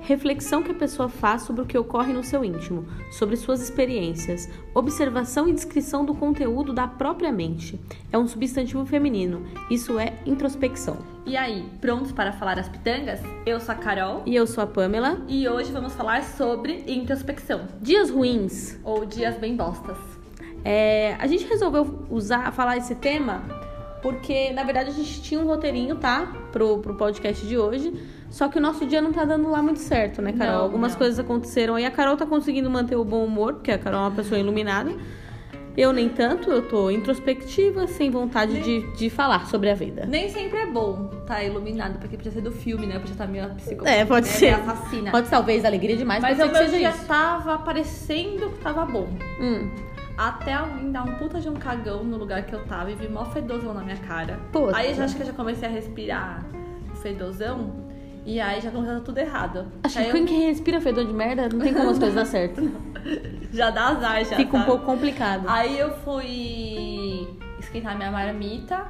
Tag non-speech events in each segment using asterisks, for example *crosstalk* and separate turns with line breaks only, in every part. reflexão que a pessoa faz sobre o que ocorre no seu íntimo, sobre suas experiências, observação e descrição do conteúdo da própria mente. É um substantivo feminino, isso é introspecção.
E aí, prontos para falar as pitangas? Eu sou a Carol
E eu sou a Pamela.
e hoje vamos falar sobre introspecção,
Dias ruins.
ou dias bem bostas.
É, a gente resolveu usar, falar esse tema porque, na verdade, a gente tinha um roteirinho, tá? Pro, pro podcast de hoje. Só que o nosso dia não tá dando lá muito certo, né, Carol?
Não,
Algumas
não.
coisas aconteceram aí. A Carol tá conseguindo manter o bom humor, porque a Carol é uma pessoa iluminada. Eu nem tanto, eu tô introspectiva, sem vontade de, de falar sobre a vida.
Nem sempre é bom tá iluminado, porque podia ser do filme, né? Podia estar meio psicopata.
É, pode ser.
meio assassina.
Pode talvez alegria demais,
Mas é
pode
o
ser
meu
que seja
dia
isso.
tava parecendo que tava bom.
Hum,
Até alguém dar um puta de um cagão no lugar que eu tava e vi mó fedozão na minha cara.
Puta.
Aí eu já acho que eu já comecei a respirar fedozão. E aí já começou tudo errado.
acho
aí
que quem que respira fedor de merda não tem como as coisas dar certo.
*laughs* eu- já dá azar, já.
Fica um
sabe?
pouco complicado.
Aí eu fui esquentar minha marmita.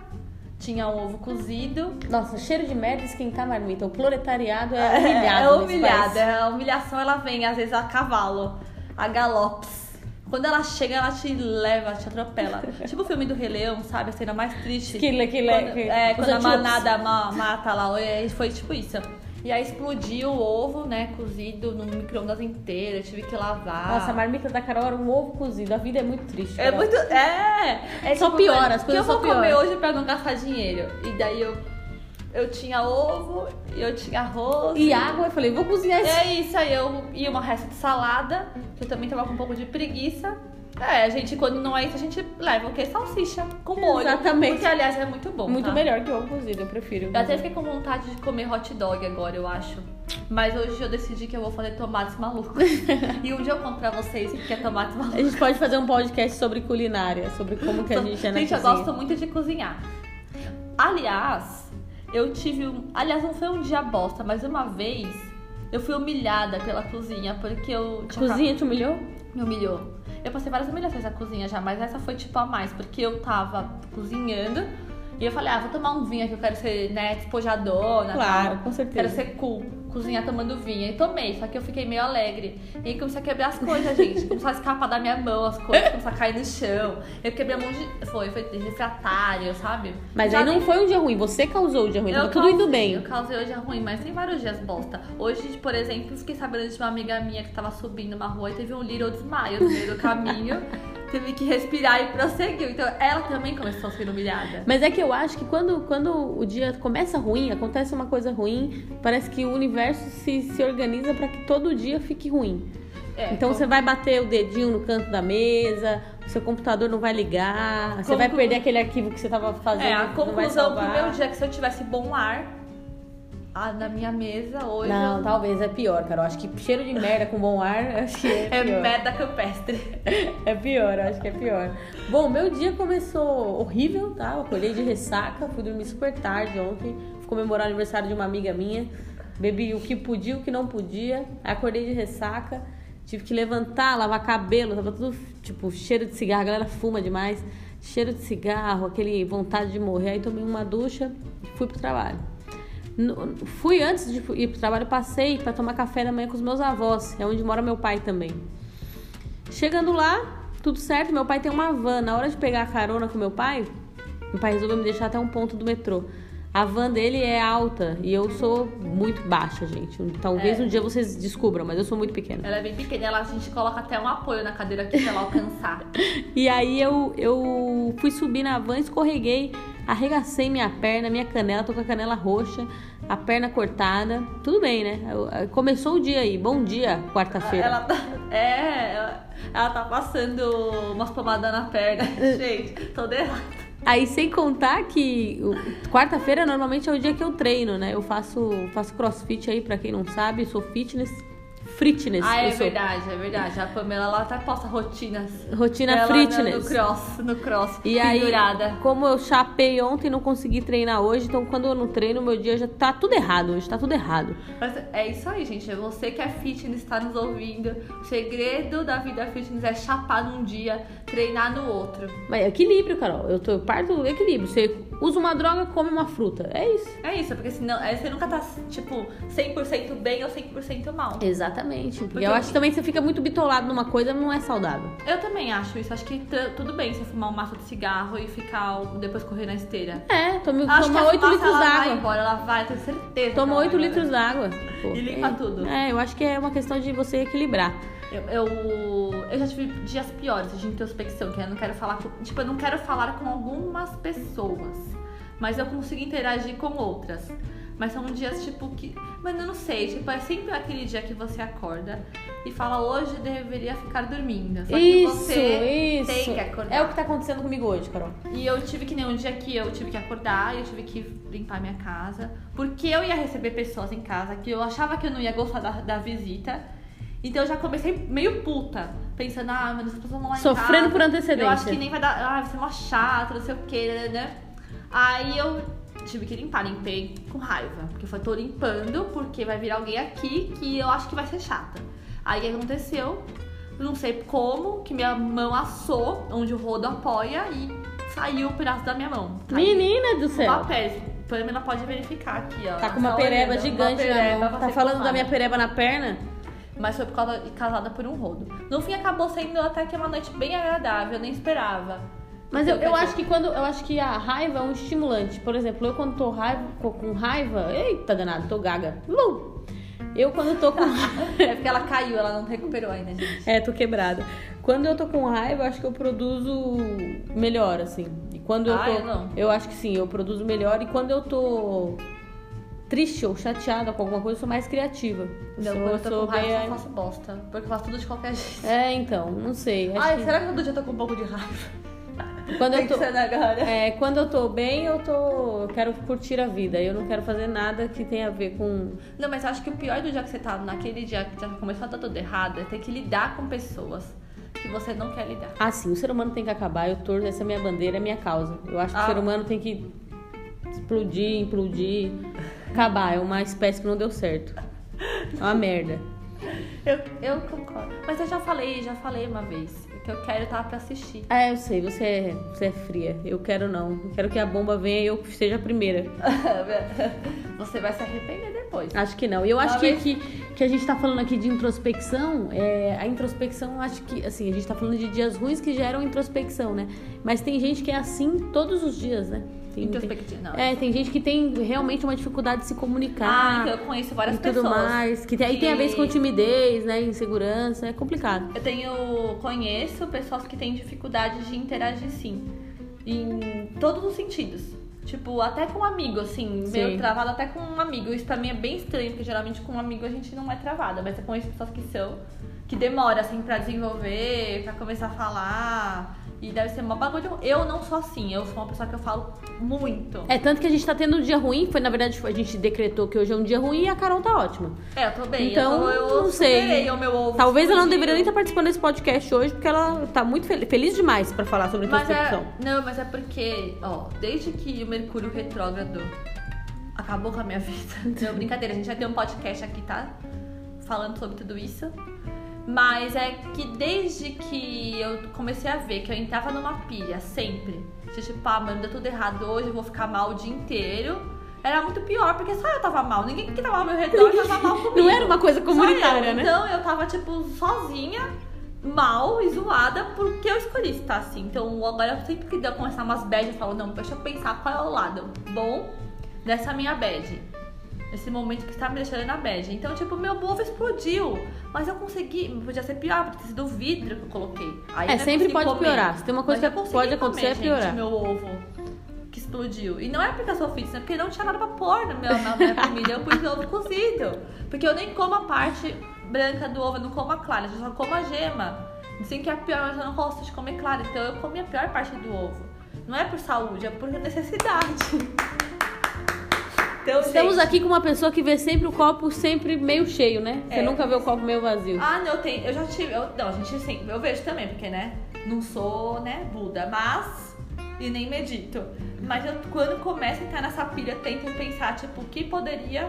Tinha um ovo cozido.
Nossa, cheiro de merda esquentar marmita. O proletariado é
*laughs* É
humilhado. nesse
humilhada.
país.
A humilhação ela vem, às vezes, a cavalo, a galopes. Quando ela chega, ela te leva,
*laughs*
te atropela. tipo o filme do Rei Leão, sabe? A cena mais triste.
Que le- que le-
quando,
que-
é,
os
quando a
antílopes.
manada ma- mata lá, e foi tipo isso. E aí explodiu o ovo, né? Cozido no micro-ondas inteiro. Eu tive que lavar.
Nossa, a marmita da Carol era um ovo cozido. A vida é muito triste.
Ah. É
Carol.
muito. É! é
Só piora, as
o
coisas
que eu
só
vou comer
pioram.
hoje pra não gastar dinheiro? E daí eu. Eu tinha ovo, eu tinha arroz.
E água, eu falei, vou cozinhar isso.
É isso aí, eu e uma resta de salada, que eu também tava com um pouco de preguiça. É, a gente, quando não é isso, a gente leva o quê? Salsicha com molho.
Exatamente.
Porque, aliás, é muito bom.
muito
tá?
melhor que ovo cozido, eu prefiro.
Eu até fiquei com vontade de comer hot dog agora, eu acho. Mas hoje eu decidi que eu vou fazer tomates
*laughs*
malucos. e um dia eu conto pra vocês o que é tomates malucos.
A gente pode fazer um podcast sobre culinária, sobre como que a gente é na
Então, Gente, eu
cozinha.
gosto muito de cozinhar. Aliás, eu tive um. Aliás, não foi um dia bosta, mas uma vez eu fui humilhada pela cozinha, porque eu. tinha
Cozinha te humilhou?
me humilhou. Eu passei várias humilhações na cozinha já, mas essa foi tipo a mais, porque eu tava cozinhando e eu falei, ah, vou tomar um vinho aqui, eu quero ser, né, despojadona.
Claro, com
tal. Quero
certeza.
ser cool, cozinhar tomando vinho. E tomei, só que eu fiquei meio alegre. E aí começou a quebrar as coisas, gente. Começou a escapar da minha mão as coisas, começou a cair no chão. Eu quebrei um monte de. Foi, foi refratário, sabe?
Mas
Já
aí
nem-
não foi um dia ruim, você causou o dia ruim,
eu
tava tudo
causei,
indo bem.
Eu causei hoje é ruim, mas tem vários dias bosta. Hoje, por exemplo, fiquei sabendo de uma amiga minha que tava subindo uma rua e teve um little desmaio no meio
*laughs*
do caminho. teve que respirar e prosseguiu. Então ela também começou a ser humilhada.
Mas é que eu acho que quando, quando o dia começa ruim, acontece uma coisa ruim, parece que o universo se, se organiza pra que todo dia fique ruim.
É,
então
como-
você vai bater o dedinho no canto da mesa, o seu computador não vai ligar, você
Como-
vai perder aquele arquivo que você tava fazendo.
É,
que
a
não vai
conclusão do
salvar.
meu dia é que se eu tivesse bom ar ah, na minha mesa hoje.
Não,
eu-
talvez é pior, cara. Eu acho que cheiro de merda com bom ar, *laughs* acho que é
É
pior.
merda campestre.
É pior, eu acho que é pior. Bom, meu dia começou horrível, tá? Eu acordei de ressaca, fui dormir super tarde ontem, fui comemorar o aniversário de uma amiga minha. Bebi o que podia, o que não podia. Aí Acordei de ressaca, tive que levantar, lavar cabelo, tava tudo tipo cheiro de cigarro, a galera fuma demais. Cheiro de cigarro, aquele vontade de morrer. Aí tomei uma ducha e fui pro trabalho. No- fui antes de ir pro trabalho, passei pra tomar café da manhã com os meus avós, é onde mora meu pai também. Chegando lá, tudo certo, meu pai tem uma van. Na hora de pegar a carona com meu pai, meu pai resolveu me deixar até um ponto do metrô. A van dele é alta e eu sou muito baixa, gente. Talvez
É.
um dia vocês descubram, mas eu sou muito pequena.
Ela é bem pequena, ela, a gente coloca até um apoio na cadeira aqui pra ela alcançar.
E aí eu, eu fui subir na van, escorreguei, arregacei minha perna, minha canela, tô com a canela roxa, a perna cortada. Tudo bem, né? Eu- eu- Começou o dia aí. Bom dia, quarta-feira.
Ela tá, é, ela, ela tá passando umas pomadas na perna. *laughs* Gente, toda errada.
Aí sem contar que o- quarta-feira normalmente é o dia que eu treino, né? Eu faço, faço crossfit aí, pra quem não sabe, sou fitness. fitness.
Ah,
eu
é
sou.
verdade, é verdade. A Pamela, ela até posta rotinas.
Rotina
dela
fitness.
No, no cross, no cross.
E aí,
pendurada.
como eu chapei ontem, não consegui treinar hoje, então quando eu não treino, meu dia já tá tudo errado hoje, tá tudo errado.
Mas é isso aí, gente. É Você que é fitness, tá nos ouvindo. O segredo da vida fitness é chapar num dia, treinar no outro.
Mas é equilíbrio, Carol. Eu tô eu parto do equilíbrio. Você usa uma droga, come uma fruta. É isso.
É isso, porque senão é, você nunca tá, tipo, 100% bem ou 100% mal.
Exatamente. Porque,
Porque
eu
eu-
acho que também que você fica muito bitolado numa coisa, não é saudável.
Eu também acho isso. Acho que t- tudo bem você fumar um maço de cigarro e ficar depois correr na esteira.
É, tome,
Acho que
toma
a
8
fumaça,
litros
ela vai
d'água.
embora, ela vai, eu tenho certeza.
Toma
que ela
8
vai
litros d'água. pô.
E limpa
É.
tudo.
É, eu acho que é uma questão de você equilibrar.
Eu, eu, eu já tive dias piores de introspecção, que eu não quero falar com. Tipo, eu não quero falar com algumas pessoas. Mas eu consigo interagir com outras. Mas são dias, tipo, que. Mas eu não sei, tipo, é sempre aquele dia que você acorda e fala, hoje eu deveria ficar dormindo. Só que
Isso,
você
isso.
tem que acordar.
É o que tá acontecendo comigo hoje, Carol.
E eu tive que nem um dia que eu tive que acordar, eu tive que limpar minha casa, porque eu ia receber pessoas em casa que eu achava que eu não ia gostar da, da visita. Então eu já comecei meio puta, pensando, ah, mas as pessoas vão lá em
Sofrendo
casa,
por antecedência.
Eu acho que nem vai dar, ah, vai ser uma chata, não sei o que, né? Aí eu tive que limpar, limpei com raiva, porque eu falei, tô limpando porque vai vir alguém aqui que eu acho que vai ser chata. Aí o que aconteceu, não sei como, que minha mão assou, onde o rodo apoia e saiu o pedaço da minha mão. Caiu
Menina do
no
céu.
papel. Pamela pode verificar aqui, ó.
Tá com uma
Essa
pereba
olhada,
gigante
uma pereba
na mão.
pra
Tá
ser
falando da
filmada.
minha pereba na perna?
Mas foi por causa casada por um rodo. No fim acabou sendo até que uma noite bem agradável, eu nem esperava.
Mas eu, eu acho que quando. Eu acho que a raiva é um estimulante. Por exemplo, eu quando tô raiva, co- com raiva. Eita danado, tô gaga. Lu! Eu quando tô com.
*laughs* *laughs* É porque ela caiu, ela não recuperou ainda, gente.
é, tô quebrada. Quando eu tô com raiva, eu acho que eu produzo melhor, assim. E quando eu
Ah,
tô.
eu não.
eu acho que sim, eu produzo melhor. E quando eu tô triste ou chateada com alguma coisa, eu sou mais criativa.
Não,
sou,
quando eu tô
sou
com raiva, eu
bem-
só faço bosta. Porque eu faço tudo de qualquer jeito.
É, então, não sei. Acho
Ai,
que-
será que todo dia eu tô com um pouco de raiva?
Quando eu tô.
Pensando agora.
É, quando eu tô bem, eu tô. Eu quero curtir a vida. Eu não quero fazer nada que tenha a ver com.
Não, mas eu acho que o pior do dia que você tá naquele dia que já começou a estar tudo errado é ter que lidar com pessoas que você não quer lidar.
Ah, sim, o ser humano tem que acabar. Eu torço, essa é a minha bandeira, é a minha causa. Eu acho que o
Ah.
ser humano tem que explodir, implodir, acabar. É uma espécie que não deu certo. É uma merda.
Eu, eu concordo. Mas eu já falei, já falei uma vez que eu quero estar pra assistir.
É, eu sei, você é, você é fria. Eu quero não. Eu quero que a bomba venha e eu seja a primeira.
*laughs* você vai se arrepender depois.
Acho que não. E eu acho que,
Talvez-
que, que a gente tá falando aqui de introspecção, é, a introspecção, eu acho que, assim, a gente tá falando de dias ruins que geram introspecção, né? Mas tem gente que é assim todos os dias, né? Tem,
Introspectiva, não.
tem- é, tem gente que tem realmente uma dificuldade de se
Ah,
comunicar
então eu
e
conheço várias
tudo
pessoas.
mais. Que tem, Aí tem a ver com timidez, né? Insegurança, é complicado.
Eu tenho. conheço pessoas que têm dificuldade de interagir sim. Em todos os sentidos. Tipo, até com um amigo, assim,
Sim.
meio travado até com um amigo. Isso pra mim é bem estranho, porque geralmente com um amigo a gente não é travada, mas eu conheço pessoas que são, que demora, assim, pra desenvolver, pra começar a falar. E deve ser uma bagulho. Eu não sou assim, eu sou uma pessoa que eu falo muito.
É, tanto que a gente tá tendo um dia ruim, foi, na verdade, a gente decretou que hoje é um dia ruim e a Carol tá ótima.
É, eu tô bem.
Então,
eu, tô, eu
não sei.
superei o meu ovo
Talvez ela não
explodiu.
deveria nem estar participando desse podcast hoje, porque ela tá muito fel- feliz demais pra falar sobre
Mas
introspecção.
é, não, mas é porque, ó, desde que o Mercúrio retrógrado acabou com a minha *laughs* vida. Não, brincadeira, a gente já tem um podcast aqui, tá? Falando sobre tudo isso. Mas é que desde que eu comecei a ver que eu entrava numa pilha sempre, de tipo, ah, mano, deu tudo errado hoje, eu vou ficar mal o dia inteiro. Era muito pior, porque só eu tava mal. Ninguém que tava ao
*laughs*
meu redor tava mal comigo.
Não era uma coisa
Só
comunitária,
eu.
né?
Então eu tava, tipo, sozinha, mal e zoada, porque eu escolhi estar assim. Então agora sempre que eu começar umas bad, eu falo, não, deixa eu pensar qual é o lado bom dessa minha bad. Esse momento que está me deixando na bad. Então, tipo, meu bofo explodiu. Mas eu consegui. Podia ser pior, podia ter sido o vidro que eu coloquei. Aí eu
É,
não
sempre
consegui
pode
comer.
piorar. Se tem uma coisa
Mas eu
que
consegui
pode acontecer,
comer,
é piorar.
Gente, meu ovo que explodiu. E não é porque eu sou fitness, é porque não tinha nada pra pôr na minha, na minha comida. Eu pus ovo cozido. Porque eu nem como a parte branca do ovo, eu não como a clara, eu só como a gema. Dizem que é pior, mas eu não gosto de comer clara. Então eu comi a pior parte do ovo. Não é por saúde, é por necessidade. *laughs* Então,
Estamos
gente...
aqui com uma pessoa que vê sempre o copo sempre meio cheio, né? Você
É.
nunca vê o copo meio vazio.
Ah, não, tem, eu já tive. Eu, não, gente, sim, eu vejo também, porque, né? Não sou, né, Buda, mas. E nem medito. Mas eu, quando começo a entrar nessa pilha, tento pensar, tipo, o que poderia.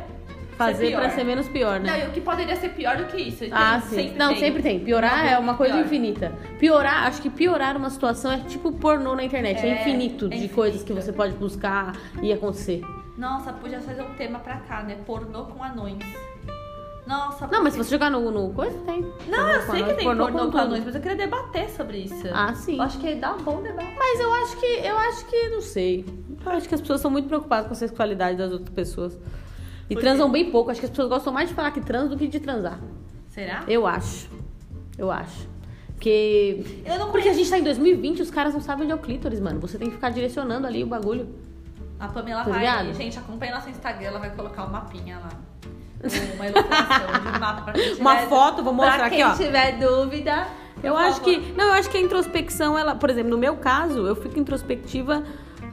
Fazer
é pior.
pra ser menos pior, né?
Não, e o que poderia ser pior do que isso?
Ah,
Tem-
sim. não,
tem.
sempre tem. Piorar
Uma
é uma coisa
pior.
infinita. Piorar, acho que piorar uma situação é tipo pornô na internet. É,
É,
infinito
é
de
infinito.
coisas que você pode buscar e acontecer.
Nossa, podia fazer um tema pra cá, né? Pornô com anões. Nossa,
Não, mas se você jogar no, no coisa, tem.
Não, eu sei que tem pornô, com,
tudo.
anões, mas eu queria debater sobre isso.
Ah, sim.
Eu acho que dá um bom debate.
Mas eu acho que, eu acho que, não sei. Eu acho que as pessoas são muito preocupadas com a sexualidade das outras pessoas. E
Por
transam bem pouco. Acho que as pessoas gostam mais de falar que trans do que de transar.
Será?
Eu acho. Eu acho. Porque.
Eu não
Porque a gente tá em 2020 os caras não sabem onde é o clítoris, mano. Você tem que ficar direcionando ali o bagulho.
A Pamela
Tá
vai,
ligado?
gente, acompanha nosso Instagram, ela vai colocar um mapinha lá. Uma ilustração de um mapa pra quem tiver.
Uma foto, vou mostrar
pra
aqui,
quem
ó.
tiver dúvida. por
Eu acho
favor.
que. Não, eu acho que a introspecção, ela. Por exemplo, no meu caso, eu fico introspectiva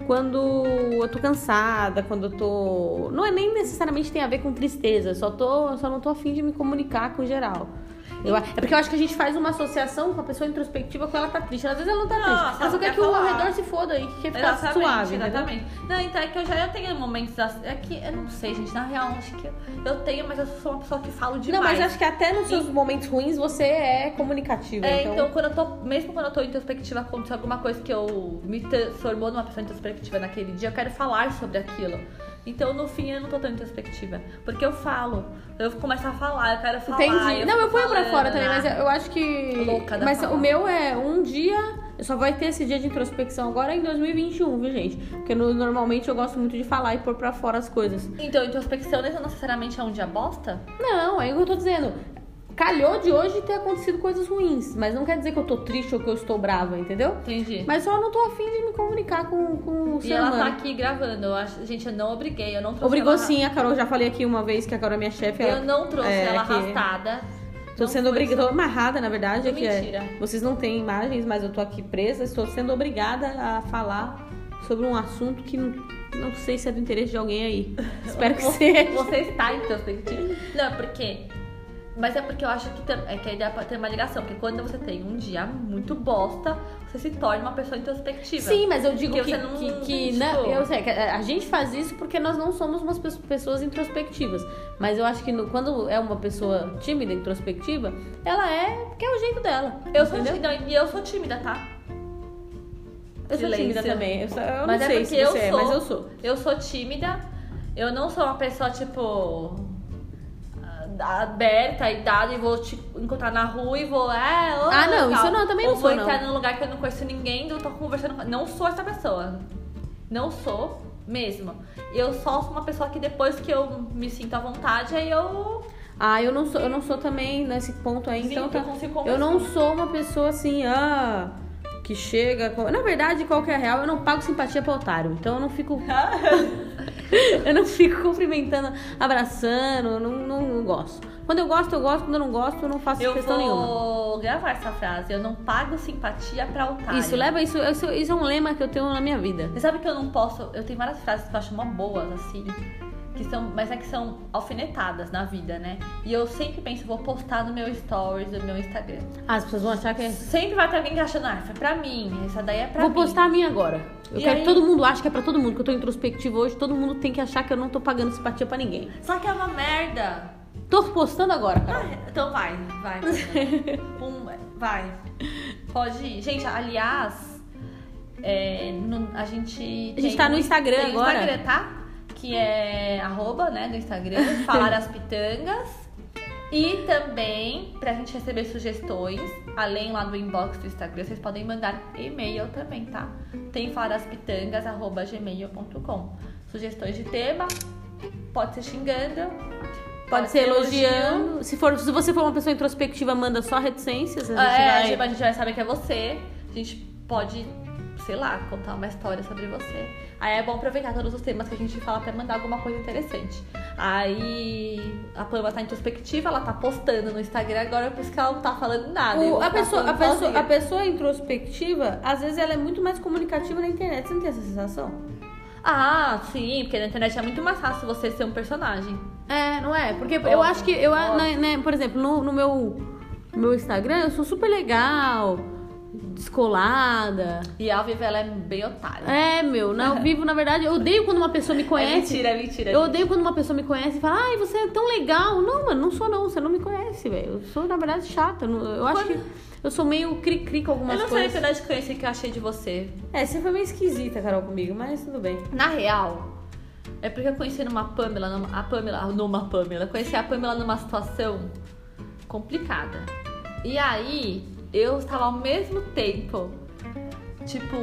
quando eu tô cansada, quando eu tô. Não é nem necessariamente tem a ver com tristeza, eu só tô. eu só não tô afim de me comunicar com geral. Eu- é porque eu acho que a gente faz uma associação com a pessoa introspectiva quando ela tá triste. Às vezes ela não tá
Nossa,
triste. Ela só
não
quer
quer
que o
falar.
ao redor se foda aí, que quer ficar
Exatamente,
suave. entendeu?
exatamente. Não, então é que eu já eu tenho momentos assim. É que eu não sei, gente. Na real, acho que eu, eu tenho, mas eu sou uma pessoa que falo demais.
Não, mas é acho que até nos seus momentos ruins você é comunicativa.
É,
então...
então quando eu tô, mesmo quando eu tô introspectiva, aconteceu alguma coisa que eu me transformou numa pessoa introspectiva naquele dia, eu quero falar sobre aquilo. Então no fim eu não tô tão introspectiva, porque eu falo, eu começo a falar, eu quero falar.
Entendi. não,
fico
eu ponho pra
falando,
fora também, mas eu
ah,
eu acho que.
Louca da
mas
fala.
o meu é um dia. Só vai ter esse dia de introspecção agora em 2021, viu, gente? Porque no- normalmente eu gosto muito de falar e pôr pra fora as coisas.
Então introspecção não necessariamente é um dia bosta?
Não, é o que eu tô dizendo. Calhou de hoje ter acontecido coisas ruins, mas não quer dizer que eu tô triste ou que eu estou brava, entendeu?
Entendi.
Mas só não tô afim de me comunicar com, com o
E
ser
ela tá
humano.
aqui gravando, eu acho, gente, eu não obriguei, eu não trouxe
Obrigou
ela,
sim, a Carol já falei aqui uma vez que a Carol é minha chefe.
Eu
ela-
não trouxe
é,
ela
que-
arrastada.
Tô
Não
sendo
foi
obrigada, tô amarrada, na verdade, é que é-
Mentira.
vocês não têm imagens, mas eu tô aqui presa, estou sendo obrigada a falar sobre um assunto que não, não sei se é do interesse de alguém
*laughs*
aí. Espero que seja.
Você está introspectiva. Não, é porque. Mas é porque eu acho que, tam- é que aí dá pra ter uma ligação. Porque quando você tem um dia muito bosta, você se torna uma pessoa introspectiva.
Sim, mas eu digo
Porque
que,
você não-
que, que
tipo-
não- eu sei, que a a gente faz isso porque nós não somos umas pe- pessoas introspectivas. Mas eu acho que no- quando é uma pessoa tímida, introspectiva, ela é porque é o jeito dela.
Eu sou
entendeu?
tímida, e eu sou tímida, tá?
Eu sou tímida
Silêncio.
também. Eu, sou- eu
Mas
não
é
sei
porque
se
eu
você é,
sou.
mas eu sou.
Eu sou tímida, eu não sou uma pessoa, tipo. a- aberta e dada e vou te encontrar na rua e vou. É, ô,
Ah, não,
tal.
isso eu não- eu também
Ou
não sou,
vou entrar
não.
num lugar que eu não conheço ninguém, então eu tô conversando com. Não sou essa pessoa. Não sou mesmo. Eu só sou uma pessoa que depois que eu me sinto à vontade, aí eu.
Ah, eu não sou, eu não sou também nesse ponto aí, então
sinto,
tá.
eu consigo
Eu
conversar.
não *laughs* sou uma pessoa assim, ah, que chega. com- Na verdade, qual que é a real? Eu não pago simpatia pra otário. Então eu não fico. *laughs* eu não fico cumprimentando, abraçando, eu não, não, não gosto. Quando eu gosto, eu gosto. Quando eu não gosto, eu não faço
Eu
questão nenhuma.
vou gravar essa frase. Eu não pago simpatia pra otário.
Isso, leva isso, isso. Isso é um lema que eu tenho na minha vida.
Você sabe que eu não posso. Eu tenho várias frases que eu acho mó boas, assim. Que são, mas é que são alfinetadas na vida, né? E eu sempre penso, vou postar no meu stories, no meu Instagram.
Ah, as pessoas vão achar que é.
Sempre vai ter alguém que achando, ah, foi pra mim, essa daí é pra
Vou
mim.
postar a minha agora. Eu
E
quero
aí?
que todo mundo ache que é pra todo mundo, que eu tô introspectivo hoje, todo mundo tem que achar que eu não tô pagando simpatia pra ninguém.
Só que é uma merda.
Tô postando agora, cara.
Ah, então vai,
*laughs*
vai. um, vai. Pode ir. Gente, aliás, é, no- a gente.
A gente tá no Instagram
tem o
agora.
Instagram, tá? Que é arroba, né, do Instagram, falar as pitangas. E também, pra gente receber sugestões, além lá do inbox do Instagram, vocês podem mandar e-mail também, tá? Tem gmail.com Sugestões de tema, pode ser xingando,
Pode ser elogiando. Se, for, se você for uma pessoa introspectiva, manda só reticências. A gente
é,
vai-
a, gente, a gente vai saber que é você. A gente pode, sei lá, contar uma história sobre você. Aí é bom aproveitar todos os temas que a gente fala pra mandar alguma coisa interessante. Aí a Pamela tá introspectiva, ela tá postando no Instagram agora, por isso que ela não tá falando nada.
Ah, O-
Eu vou
a,
ficar
pessoa, a,
falando
pessoa,
sozinha.
a pessoa introspectiva, às vezes ela é muito mais comunicativa na internet. Você não tem essa sensação?
Ah, sim, porque na internet é muito mais fácil você ser um personagem.
É, não é? Porque eu acho que eu, né, né, por exemplo, no, no meu, no meu Instagram eu sou super legal, descolada.
E a Viva, ela é bem otária.
É, meu, né, eu vivo, na verdade, eu odeio quando uma pessoa me
É
conhece.
mentira, é mentira.
Eu odeio quando uma pessoa me conhece e fala, ai, você é tão legal. Não, mano, não sou não, você não me conhece, velho. Eu sou, na verdade, chata. Eu não- Eu acho que
Quando-
eu sou meio cri-cri com
Eu
algumas
não sei
coisas.
se eu te conhecer que eu achei de você.
É, você foi meio esquisita, Carol, comigo, mas tudo bem.
Na real, é porque eu conheci numa Pamela, numa, a Pamela, numa Pamela, eu conheci a Pamela numa situação complicada. E aí, eu estava ao mesmo tempo, tipo,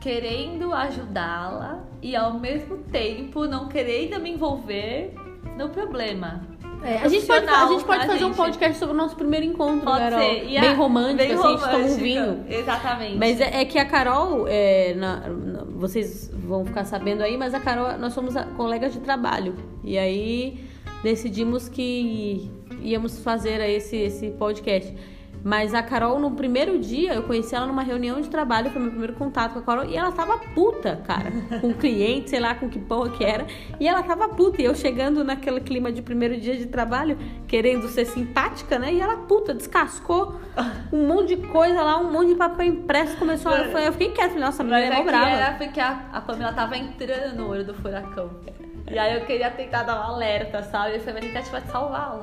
querendo ajudá-la e ao mesmo tempo não querendo me envolver no problema.
a gente pode, fa- a gente pode
Profissional,
fazer um
gente.
podcast sobre o nosso primeiro encontro,
Pode
Carol.
ser. E a-
bem romântico,
bem
assim, a gente toma um
romântica.
vinho.
Exatamente.
Mas é, é que a Carol, é, na- na- vocês vão ficar sabendo aí, mas a Carol, nós somos a- colegas de trabalho. E aí decidimos que íamos fazer aí esse, esse podcast. Mas a Carol, no primeiro dia, eu conheci ela numa reunião de trabalho, foi meu primeiro contato com a Carol, e ela tava puta, cara, com o cliente, sei lá com que porra que era, e ela tava puta, e eu chegando naquele clima de primeiro dia de trabalho, querendo ser simpática, né, e ela puta, descascou um monte de coisa lá, um monte de papel impresso, começou a... Eu falei- eu fiquei quieta, falei, nossa, a
Mas
mulher é
é
mó
que
brava.
era porque a, a Pamela tava entrando no olho do furacão. E aí eu queria tentar dar um alerta, sabe? Eu falei, mas tentativa de salvá-la.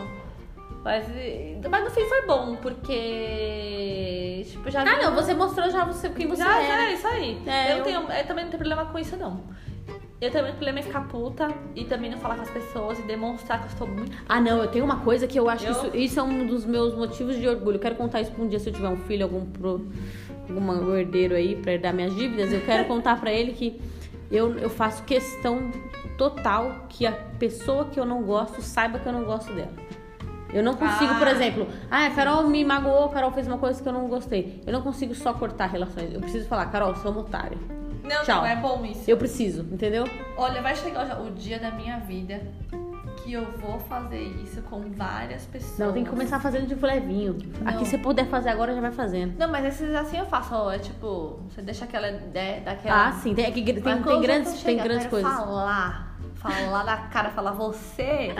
Mas, e- mas no fim foi bom, porque. Tipo, já.
Ah, não, você mostrou já você, quem você
já, já
era.
é isso aí.
É,
eu,
eu-
Tenho, eu também não tenho problema com isso, não. Eu também não tenho problema em ficar puta e também não falar com as pessoas e demonstrar que eu estou muito.
Ah, não, eu tenho uma coisa que eu acho
Eu-
que isso, isso é um dos meus motivos de orgulho. Eu Quero contar isso pra um dia se eu tiver um filho, algum pro, algum herdeiro aí pra herdar minhas dívidas. Eu quero contar pra ele que eu, eu faço questão total que a pessoa que eu não gosto saiba que eu não gosto dela. Eu não consigo,
Ah.
por exemplo, ah, a Carol me magoou, a Carol fez uma coisa que eu não gostei. Eu não consigo só cortar relações. Eu preciso falar, Carol, sou uma otária.
Não,
Tchau.
não, é bom isso.
Eu preciso, entendeu?
Olha, vai chegar já o dia da minha vida que eu vou fazer isso com várias pessoas.
Não, tem que começar fazendo de levinho. A que
Não.
você puder fazer agora, já vai fazendo.
Não, mas esses assim eu faço, ó, é tipo, você deixa aquela ideia daquela.
Ah, sim, tem, é que gr-
Mas
tem, tem
quando
grandes,
você
tem
chega,
grandes
quero
coisas.
Falar, falar na cara, falar você.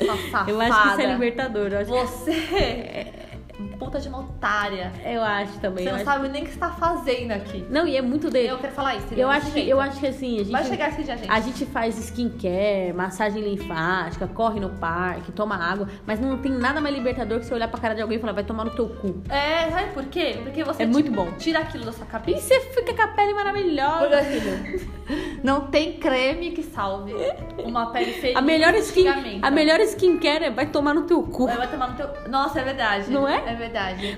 sua
*laughs*
safada,
Eu acho que isso é libertador, eu acho.
Você. é um Puta de uma otária.
Eu acho também.
Você
eu
não
acho-
sabe nem o que você tá fazendo aqui.
Não, e é muito dele.
Eu quero falar isso.
Eu,
desse
acho que,
jeito.
eu acho que assim, a gente.
Vai chegar esse dia, gente.
A gente faz skincare, massagem linfática, corre no parque, toma água, mas não tem nada mais libertador que você olhar pra cara de alguém e falar, vai tomar no teu cu.
É, sabe por quê? Porque você
É
tipo,
muito bom.
tira aquilo da sua
E *laughs*
cabeça.
você fica com a pele maravilhosa, filho.
Não tem creme que salve uma pele feia.
A melhor, skin,
antigamente. né?
a melhor skincare é vai tomar no teu cu.
Vai tomar no teu. Nossa, é verdade.
Não é?
É verdade.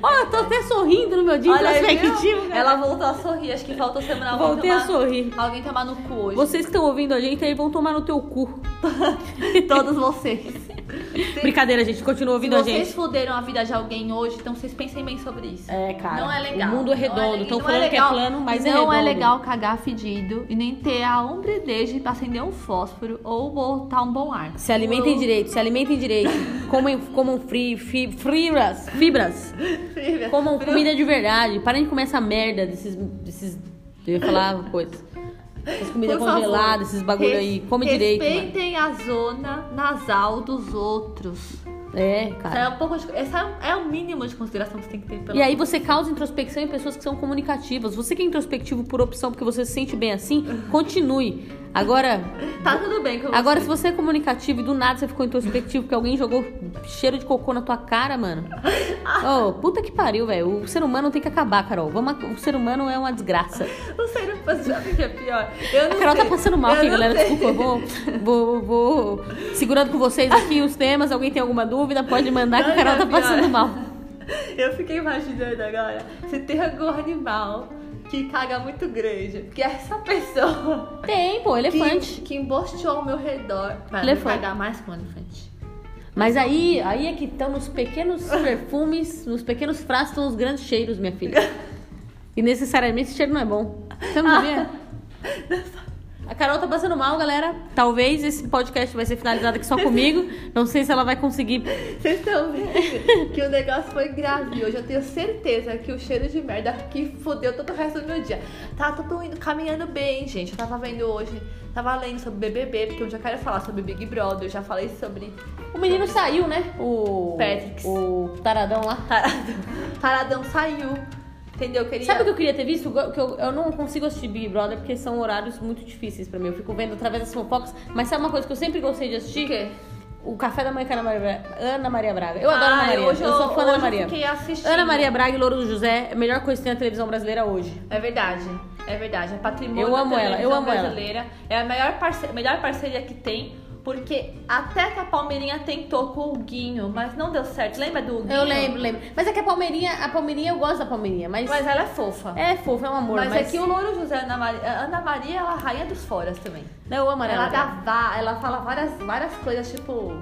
Ó, eu tô até sorrindo no meu dia
Olha aí,
introspectivo.
viu?
cara.
Ela voltou a sorrir, acho que faltou semana alguém
Voltei a
tomar,
sorrir.
Alguém tomar no cu hoje.
Vocês que estão ouvindo a gente aí vão tomar no teu cu. *laughs*
Todos vocês.
Brincadeira, gente. Continua
Se
ouvindo a gente.
vocês fuderam a vida de alguém hoje, então vocês pensem bem sobre isso.
É, cara.
Não é legal.
O mundo é
Não le-
redondo. Estão
não
falando que é
legal.
plano, mas
não
é redondo.
legal cagar fedido e nem ter a hombridez de acender um fósforo ou botar um bom ar.
Se alimentem direito, se alimentem direito. Comam, comam fri, fi, fibras, fibras.
direito.
Comam comida de verdade. Parem de comer essa merda desses. desses eu ia falar coisas. Essas comidas
Por favor.
congeladas, esses bagulho aí. Come direito. mano.
Respeitem a zona nasal dos outros.
É,
Essa
cara.
é, um pouco de- essa é o mínimo de consideração que você tem que ter pelo
E aí você causa introspecção em pessoas que são comunicativas. Você que é introspectivo por opção, porque você se sente bem assim, continue. Agora,
Tá tudo bem com você.
Agora, se você é comunicativo e do nada você ficou introspectivo porque alguém jogou cheiro de cocô na tua cara, mano. Ô, puta que pariu, velho. O ser humano tem que acabar, Carol. Vamos, ac- o ser humano é uma desgraça.
Não sei, não posso sabe o que é pior. Eu
A
não
Carol
sei.
tá passando mal
eu
aqui,
não
galera.
sei.
Desculpa, eu vou, vou, vou segurando com vocês aqui os temas. Alguém tem alguma dúvida, pode mandar que a
Não,
Carol tá
pior.
passando mal.
*laughs* Eu fiquei imaginando agora se tem algum animal que caga muito grande. Porque essa pessoa
Tem, pô, elefante.
que, que embosteou ao meu redor vai me
Elefante.
cagar mais com um elefante.
Mas aí, aí é que estão nos pequenos perfumes, nos pequenos frascos estão os grandes cheiros, minha filha. E necessariamente esse cheiro não é bom. Você não vê? A Carol tá passando mal, galera. Talvez esse podcast vai ser finalizado aqui só comigo. Não sei se ela vai conseguir.
Vocês estão vendo que o negócio foi grave. E Hoje eu tenho certeza que o cheiro de merda que fodeu todo o resto do meu dia. Tá tudo indo, caminhando bem, gente. Eu tava vendo hoje, tava lendo sobre BBB, porque eu já quero falar sobre Big Brother. Eu já falei sobre
O menino saiu, né? O.
Patrick.
O taradão lá.
Taradão. Taradão saiu. Entendeu? Queria...
Sabe o que eu queria ter visto? Que eu, eu não consigo assistir Big Brother porque são horários muito difíceis pra mim. Eu fico vendo através das fofocas. Mas sabe uma coisa que eu sempre gostei de assistir?
O quê?
O Café da Manhã com a Ana Maria Braga. Ana Maria Braga. Eu adoro Ana
Ah,
Maria.
hoje
eu, sou fã da
hoje eu
Ana Maria.
fiquei assistindo.
Ana Maria Braga e Louro do José é a melhor coisa que tem na televisão brasileira hoje.
É verdade, é verdade. É patrimônio
Eu amo
da
ela, eu
televisão
amo ela.
brasileira. É a maior parce- melhor parceria que tem, porque até que a Palmeirinha tentou com o Guinho, mas não deu certo. Lembra do Guinho?
Eu lembro, lembro. Mas é que a Palmeirinha, a Palmeirinha eu gosto da Palmeirinha, mas,
Mas ela é fofa.
é fofa, é um amor.
mas,
Mas,
aqui o Louro José Ana Maria, Ana Maria, ela é a rainha dos foras também.
Não, eu amo a Ana
Ela,
Maria.
dá vá, ela fala várias, várias coisas, tipo.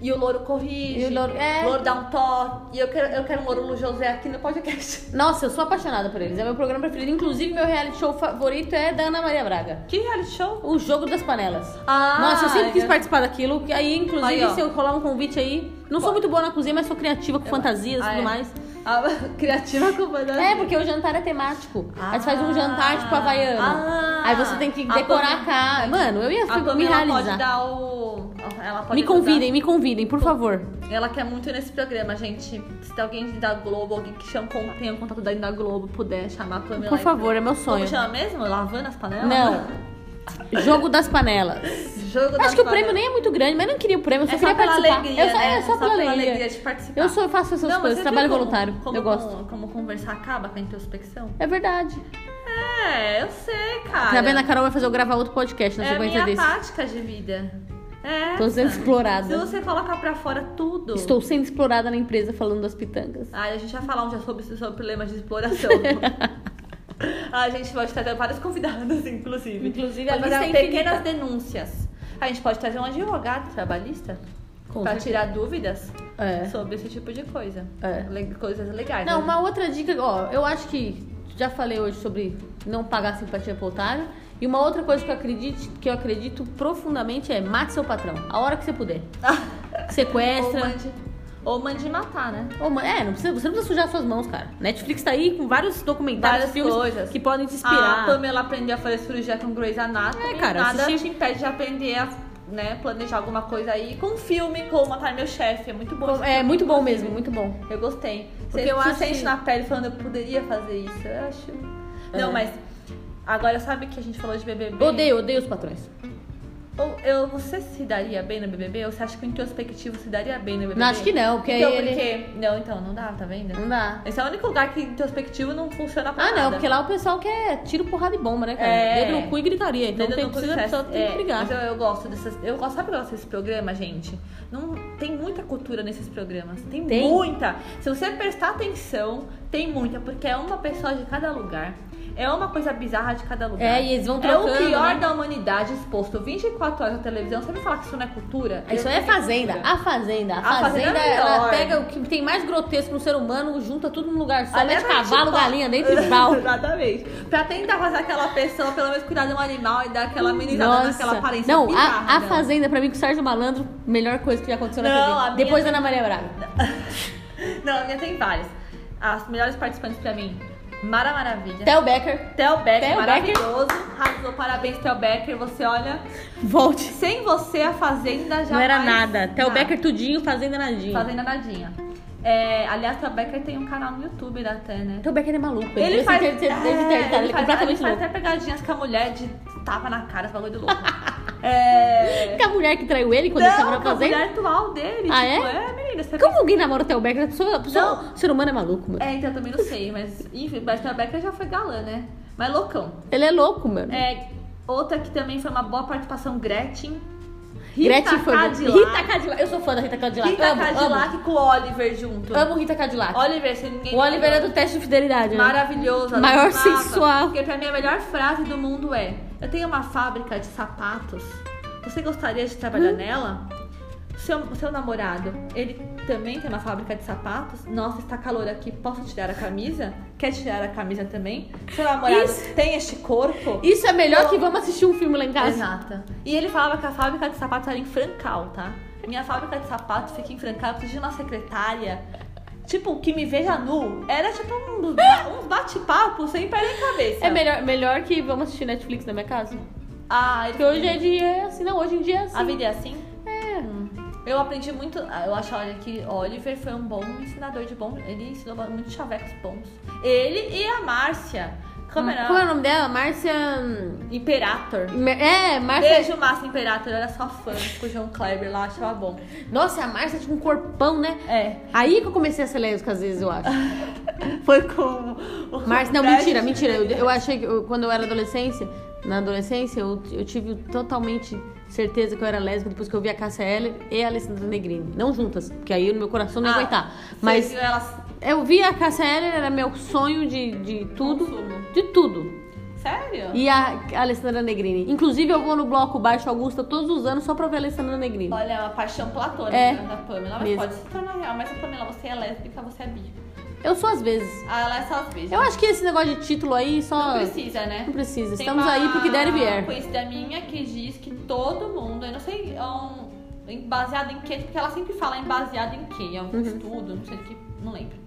E o louro corrige.
E o louro- é.
louro dá um toque. E eu quero, eu quero um louro José aqui no podcast.
Nossa, eu sou apaixonada por eles. É meu programa preferido. Inclusive, meu reality show favorito é da Ana Maria Braga.
Que reality show?
O Jogo das Panelas.
Ah,
Nossa, eu sempre quis
é.
participar daquilo. que Aí, inclusive,
Aí, ó.
se eu rolar um convite aí. Não sou muito boa na cozinha, mas sou criativa com fantasias e
Ah,
tudo
é.
mais.
Ah, *laughs* criativa com banana.
É, porque o jantar é temático. aí você faz um jantar tipo
Ah.
havaiano.
Ah.
aí você tem que
A
decorar
Pamela-
a cara. Mano, eu ia
A
fui- me
Pamela pode
realizar.
dar o. Ela pode
Me convidem,
ajudar.
me convidem, por favor.
Ela quer muito ir nesse programa, gente. Se tem alguém da Globo, alguém que chama, tenha um contato da da Globo, puder chamar a Pamela.
Por
aí.
favor, é meu sonho.
Como chama mesmo? Lavando as panelas?
Não. Jogo das panelas.
*laughs* Jogo das
Acho que o
panelas.
prêmio nem é muito grande, mas eu não queria o prêmio, eu só
É só
queria
pela
participar.
alegria,
eu só,
né?
é, só, pela alegria.
de participar.
Eu sou, eu faço essas
Não, mas
coisas,
você
trabalho
viu como-
voluntário.
como-
eu gosto.
Como, conversar acaba com a introspecção?
É verdade.
É, eu sei, cara.
Tá vendo? A Carol vai fazer eu gravar outro podcast né? na
É a
sequência
minha
desse.
tática de vida. É.
Tô sendo
essa. Se
explorada.
você colocar pra fora tudo.
Estou sendo explorada na empresa falando das pitangas.
Aí a gente vai falar um dia sobre, sobre problemas de exploração.
*laughs*
a gente pode trazer vários convidados, inclusive.
Inclusive, a
Pode
lista
fazer
é
pequenas denúncias. A gente pode trazer um advogado trabalhista
Com
pra
certeza.
tirar dúvidas
É.
sobre esse tipo de coisa.
É.
Le- Coisas legais.
Não,
né?
uma outra dica, ó, eu acho que já falei hoje sobre não pagar simpatia pro otário. E uma outra coisa que eu acredito, que eu acredito profundamente é mate seu patrão, a hora que você puder.
*laughs* Ou
Sequestra.
mande, ou mande matar, né?
Ou ma- é, não precisa, você não precisa sujar suas mãos, cara. Netflix tá aí com vários documentários,
Várias
filmes
coisas. Ah.
que podem te
A
inspirar.
Pamela aprendeu a fazer cirurgia com Grey's Anatomy.
É, cara,
nada
assisti-
te impede de aprender a né, planejar alguma coisa aí com um filme, com Matar Meu Chefe. É muito bom. esse
é
filme,
muito bom
inclusive.
mesmo, muito bom.
Eu gostei. Porque
Porque eu
eu se
acho
sente
que-
na pele falando, eu poderia fazer isso. Eu acho. Não,
É.
mas. Agora, sabe que a gente falou de BBB?
Odeio, odeio os patrões.
Ou eu, você se daria bem no BBB? Ou você acha que o introspectivo se daria bem no BBB?
Não, acho que não, porque
então,
aí ele-
porque- Não, então, não dá, tá vendo?
Não dá.
Esse é o único lugar que introspectivo não funciona pra
Ah,
nada.
não, porque lá o pessoal quer tiro, porrada e bomba, né, cara?
É.
Dedo no cu e gritaria. Então
Dedo
tem,
no cu
precisa,
do
precisa,
Sesc.
tem que
É,
brigar.
Mas eu, eu gosto dessas. Eu gosto, sabe que eu gosto desses programas, gente? Não, tem muita cultura nesses programas. Tem,
Tem?
muita. Se você prestar atenção, tem muita, porque é uma pessoa de cada lugar. É uma coisa bizarra de cada lugar.
É, e eles vão
É o
trocando,
pior
né?
da humanidade exposto 24 horas na televisão. Você me falar que isso não é cultura?
Isso
Eu
aí é
não sei
fazenda.
cultura.
A fazenda. A,
A
fazenda,
Fazenda é
ela
melhor.
pega o que tem mais grotesco no ser humano, junta tudo num lugar só,
Ali
mete
é mais
cavalo,
tipo-
galinha dentro e pau.
*laughs* Exatamente. Pra tentar fazer aquela pessoa, pelo menos cuidar de um animal e dar aquela amenizada naquela aparência
Não,
bizarra
a, a
dela.
Fazenda, pra mim, com o Sérgio Malandro, melhor coisa que já aconteceu na
Não,
TV.
a minha-
Depois da Ana Maria Braga.
Não, a minha tem várias. As melhores participantes pra mim, Mara Maravilha.
Theo Becker,
Theo Becker,
Theo
maravilhoso. Arrasou, parabéns, Theo Becker. Você olha,
volte.
sem você a Fazenda já
Não era nada. Theo Becker tudinho, Fazenda nadinho.
Fazenda nadinha. É, aliás, Theo Becker tem um canal no YouTube até, né?
Theo Becker é maluco. Ele,
Ele
ele
faz,
é, ele,
é,
ele é
faz- ele
completamente
faz
louco.
até pegadinhas com a mulher de tapa na cara, esse bagulho do
*laughs*
louco. é...
Que a mulher que traiu ele quando ele
Não,
estava
com
na
a mulher
Fazenda.
atual dele.
Ah,
tipo,
é?
menina, você
Como alguém namora o Theo Becker? A pessoa, a pessoa-
Não.
o ser humano é maluco, mano.
É, então eu também não sei, mas enfim, mas Theo Becker já foi galã, né? Mas loucão.
Ele é louco, mano.
É, outra que também foi uma boa participação, Gretchen.
Gretchen foi bom.
Cadillac.
Rita Cadillac. Eu sou fã da Rita Cadillac.
Rita
amo,
Cadillac com o Oliver junto.
Amo, amo Rita Cadillac.
Oliver, se ninguém.
o Oliver é do teste de fidelidade, né?
Maravilhoso.
Maior
adorava.
sensual.
Porque pra mim a melhor frase do mundo é: Eu tenho uma fábrica de
Hum.
sapatos. Você gostaria de trabalhar nela? Seu, seu namorado, ele também tem uma fábrica de sapatos. Nossa, está calor aqui, posso tirar a camisa? Quer tirar a camisa também? Seu namorado tem este corpo?
Isso é melhor que vamos assistir um filme lá em casa.
Exata. E ele falava que a fábrica de sapatos era em Francal, tá? Minha fábrica de sapatos fica em Francal, eu preciso de uma secretária. Tipo, que me veja nu. Era tipo um, ba- um bate-papo sem pé nem cabeça.
É melhor, melhor que vamos assistir Netflix na minha casa?
Ah, ele
Porque hoje é dia é assim, não, hoje em dia é assim.
A vida é assim?
É.
Eu aprendi muito. ah, Eu acho, olha, que Oliver foi um bom ensinador de bom. Ele ensinou muitos chavecos bons. Ele e a Márcia. Como era?
Como é o nome dela? Márcia. hum,
Imperator.
É, Márcia.
Beijo, Márcia Imperator. Eu era só fã com o João Kleber lá, achava bom.
Nossa, a Márcia tinha um corpão, né?
É.
Aí que eu comecei a ser lésbica, às vezes, eu acho.
*laughs* Foi com. o-
Márcia, não,
Fred.
mentira, mentira. Eu, eu achei que eu- quando eu era adolescência, na adolescência, eu, eu tive totalmente certeza que eu era lésbica depois que eu vi a Cássia Eller e a Alessandra Negrini. Não juntas, porque aí no meu coração não ia
Ah,
aguentar.
Você
Mas
viu elas-
eu vi a Cássia Eller, era meu sonho de, de tudo.
Consumo.
De tudo.
Sério?
E a Alessandra Negrini. Inclusive, eu vou no Bloco Baixo Augusta todos os anos só pra ver a Alessandra Negrini.
Olha, é uma paixão platônica
É.
da Pamela. Mas
Mesmo.
pode se tornar real. Mas a Pamela, você é lésbica, você é bi.
Eu sou às vezes.
Ah, ela é só as beijas.
Eu acho que esse negócio de título aí só.
Não precisa, né?
Não precisa.
Tem
Estamos
uma
aí porque der e vier.
conhecida minha que diz que todo mundo, eu não sei é um, em- baseado em quê, porque ela sempre fala em baseado em quê, em algum
Uhum.
estudo, não sei do que, não lembro.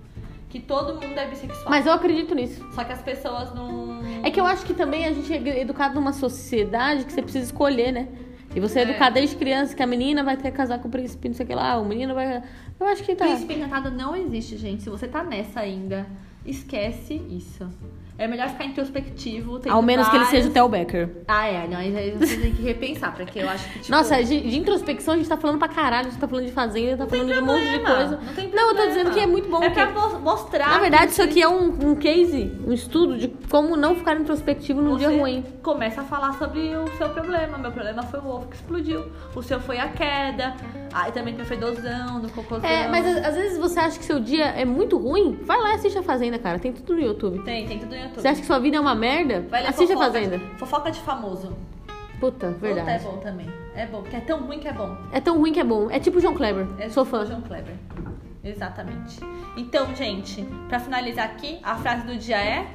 Que todo mundo é bissexual.
Mas eu acredito nisso.
Só que as pessoas não.
É que eu acho que também a gente é educado numa sociedade que você precisa escolher, né? E você é,
É.
educado desde criança que a menina vai ter que casar com o príncipe, não sei o que lá, o menino vai. Eu acho que tá.
Príncipe encantado não existe, gente. Se você tá nessa ainda, esquece isso. É melhor ficar introspectivo. tem
Ao menos que ele
vários-
seja o Theo Becker.
Ah, é. Não, aí você tem que repensar, porque eu acho que. Tipo,
Tipo, Nossa, é de, de introspecção a gente tá falando pra caralho, a gente tá falando de fazenda, tá falando de um monte de coisa.
Não, tem
Não, eu tô
problema.
dizendo que é muito bom.
É
que-
pra mo- mostrar.
Na
que
verdade, isso aqui é um, um case, um estudo de como não ficar introspectivo num dia
Você
ruim.
começa a falar sobre o seu problema. Meu problema foi o ovo que explodiu. O seu foi a queda. Aí também tem o fedozão, do cocôzão.
É, mas às às vezes você acha que seu dia é muito ruim, vai lá e assiste a Fazenda, cara. Tem tudo no YouTube.
Tem, tem tudo no YouTube.
Você acha que sua vida é uma merda?
Vai ler
Assiste a
fofoca
Fazenda.
de- Fofoca de famoso.
Puta,
Puta, é
verdade.
bom também. É bom, porque é tão ruim que é bom.
É tão ruim que é bom. É tipo João Kleber.
É
Sou
do
fã.
João Kleber. Exatamente. Então, gente, pra finalizar aqui, a frase do dia é...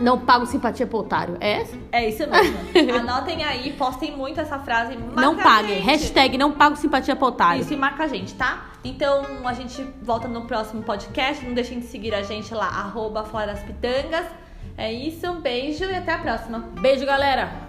Não pago simpatia pro otário. É essa?
É isso
*laughs*
mesmo. Anotem aí, postem muito essa frase. Marca
não
a
paguem.
gente.
Hashtag não pago simpatia pro otário.
Isso, e marca a gente, tá? Então a gente volta no próximo podcast. Não deixem de seguir a gente lá, arroba Fora das Pitangas. É isso, um beijo e até a próxima.
Beijo, galera.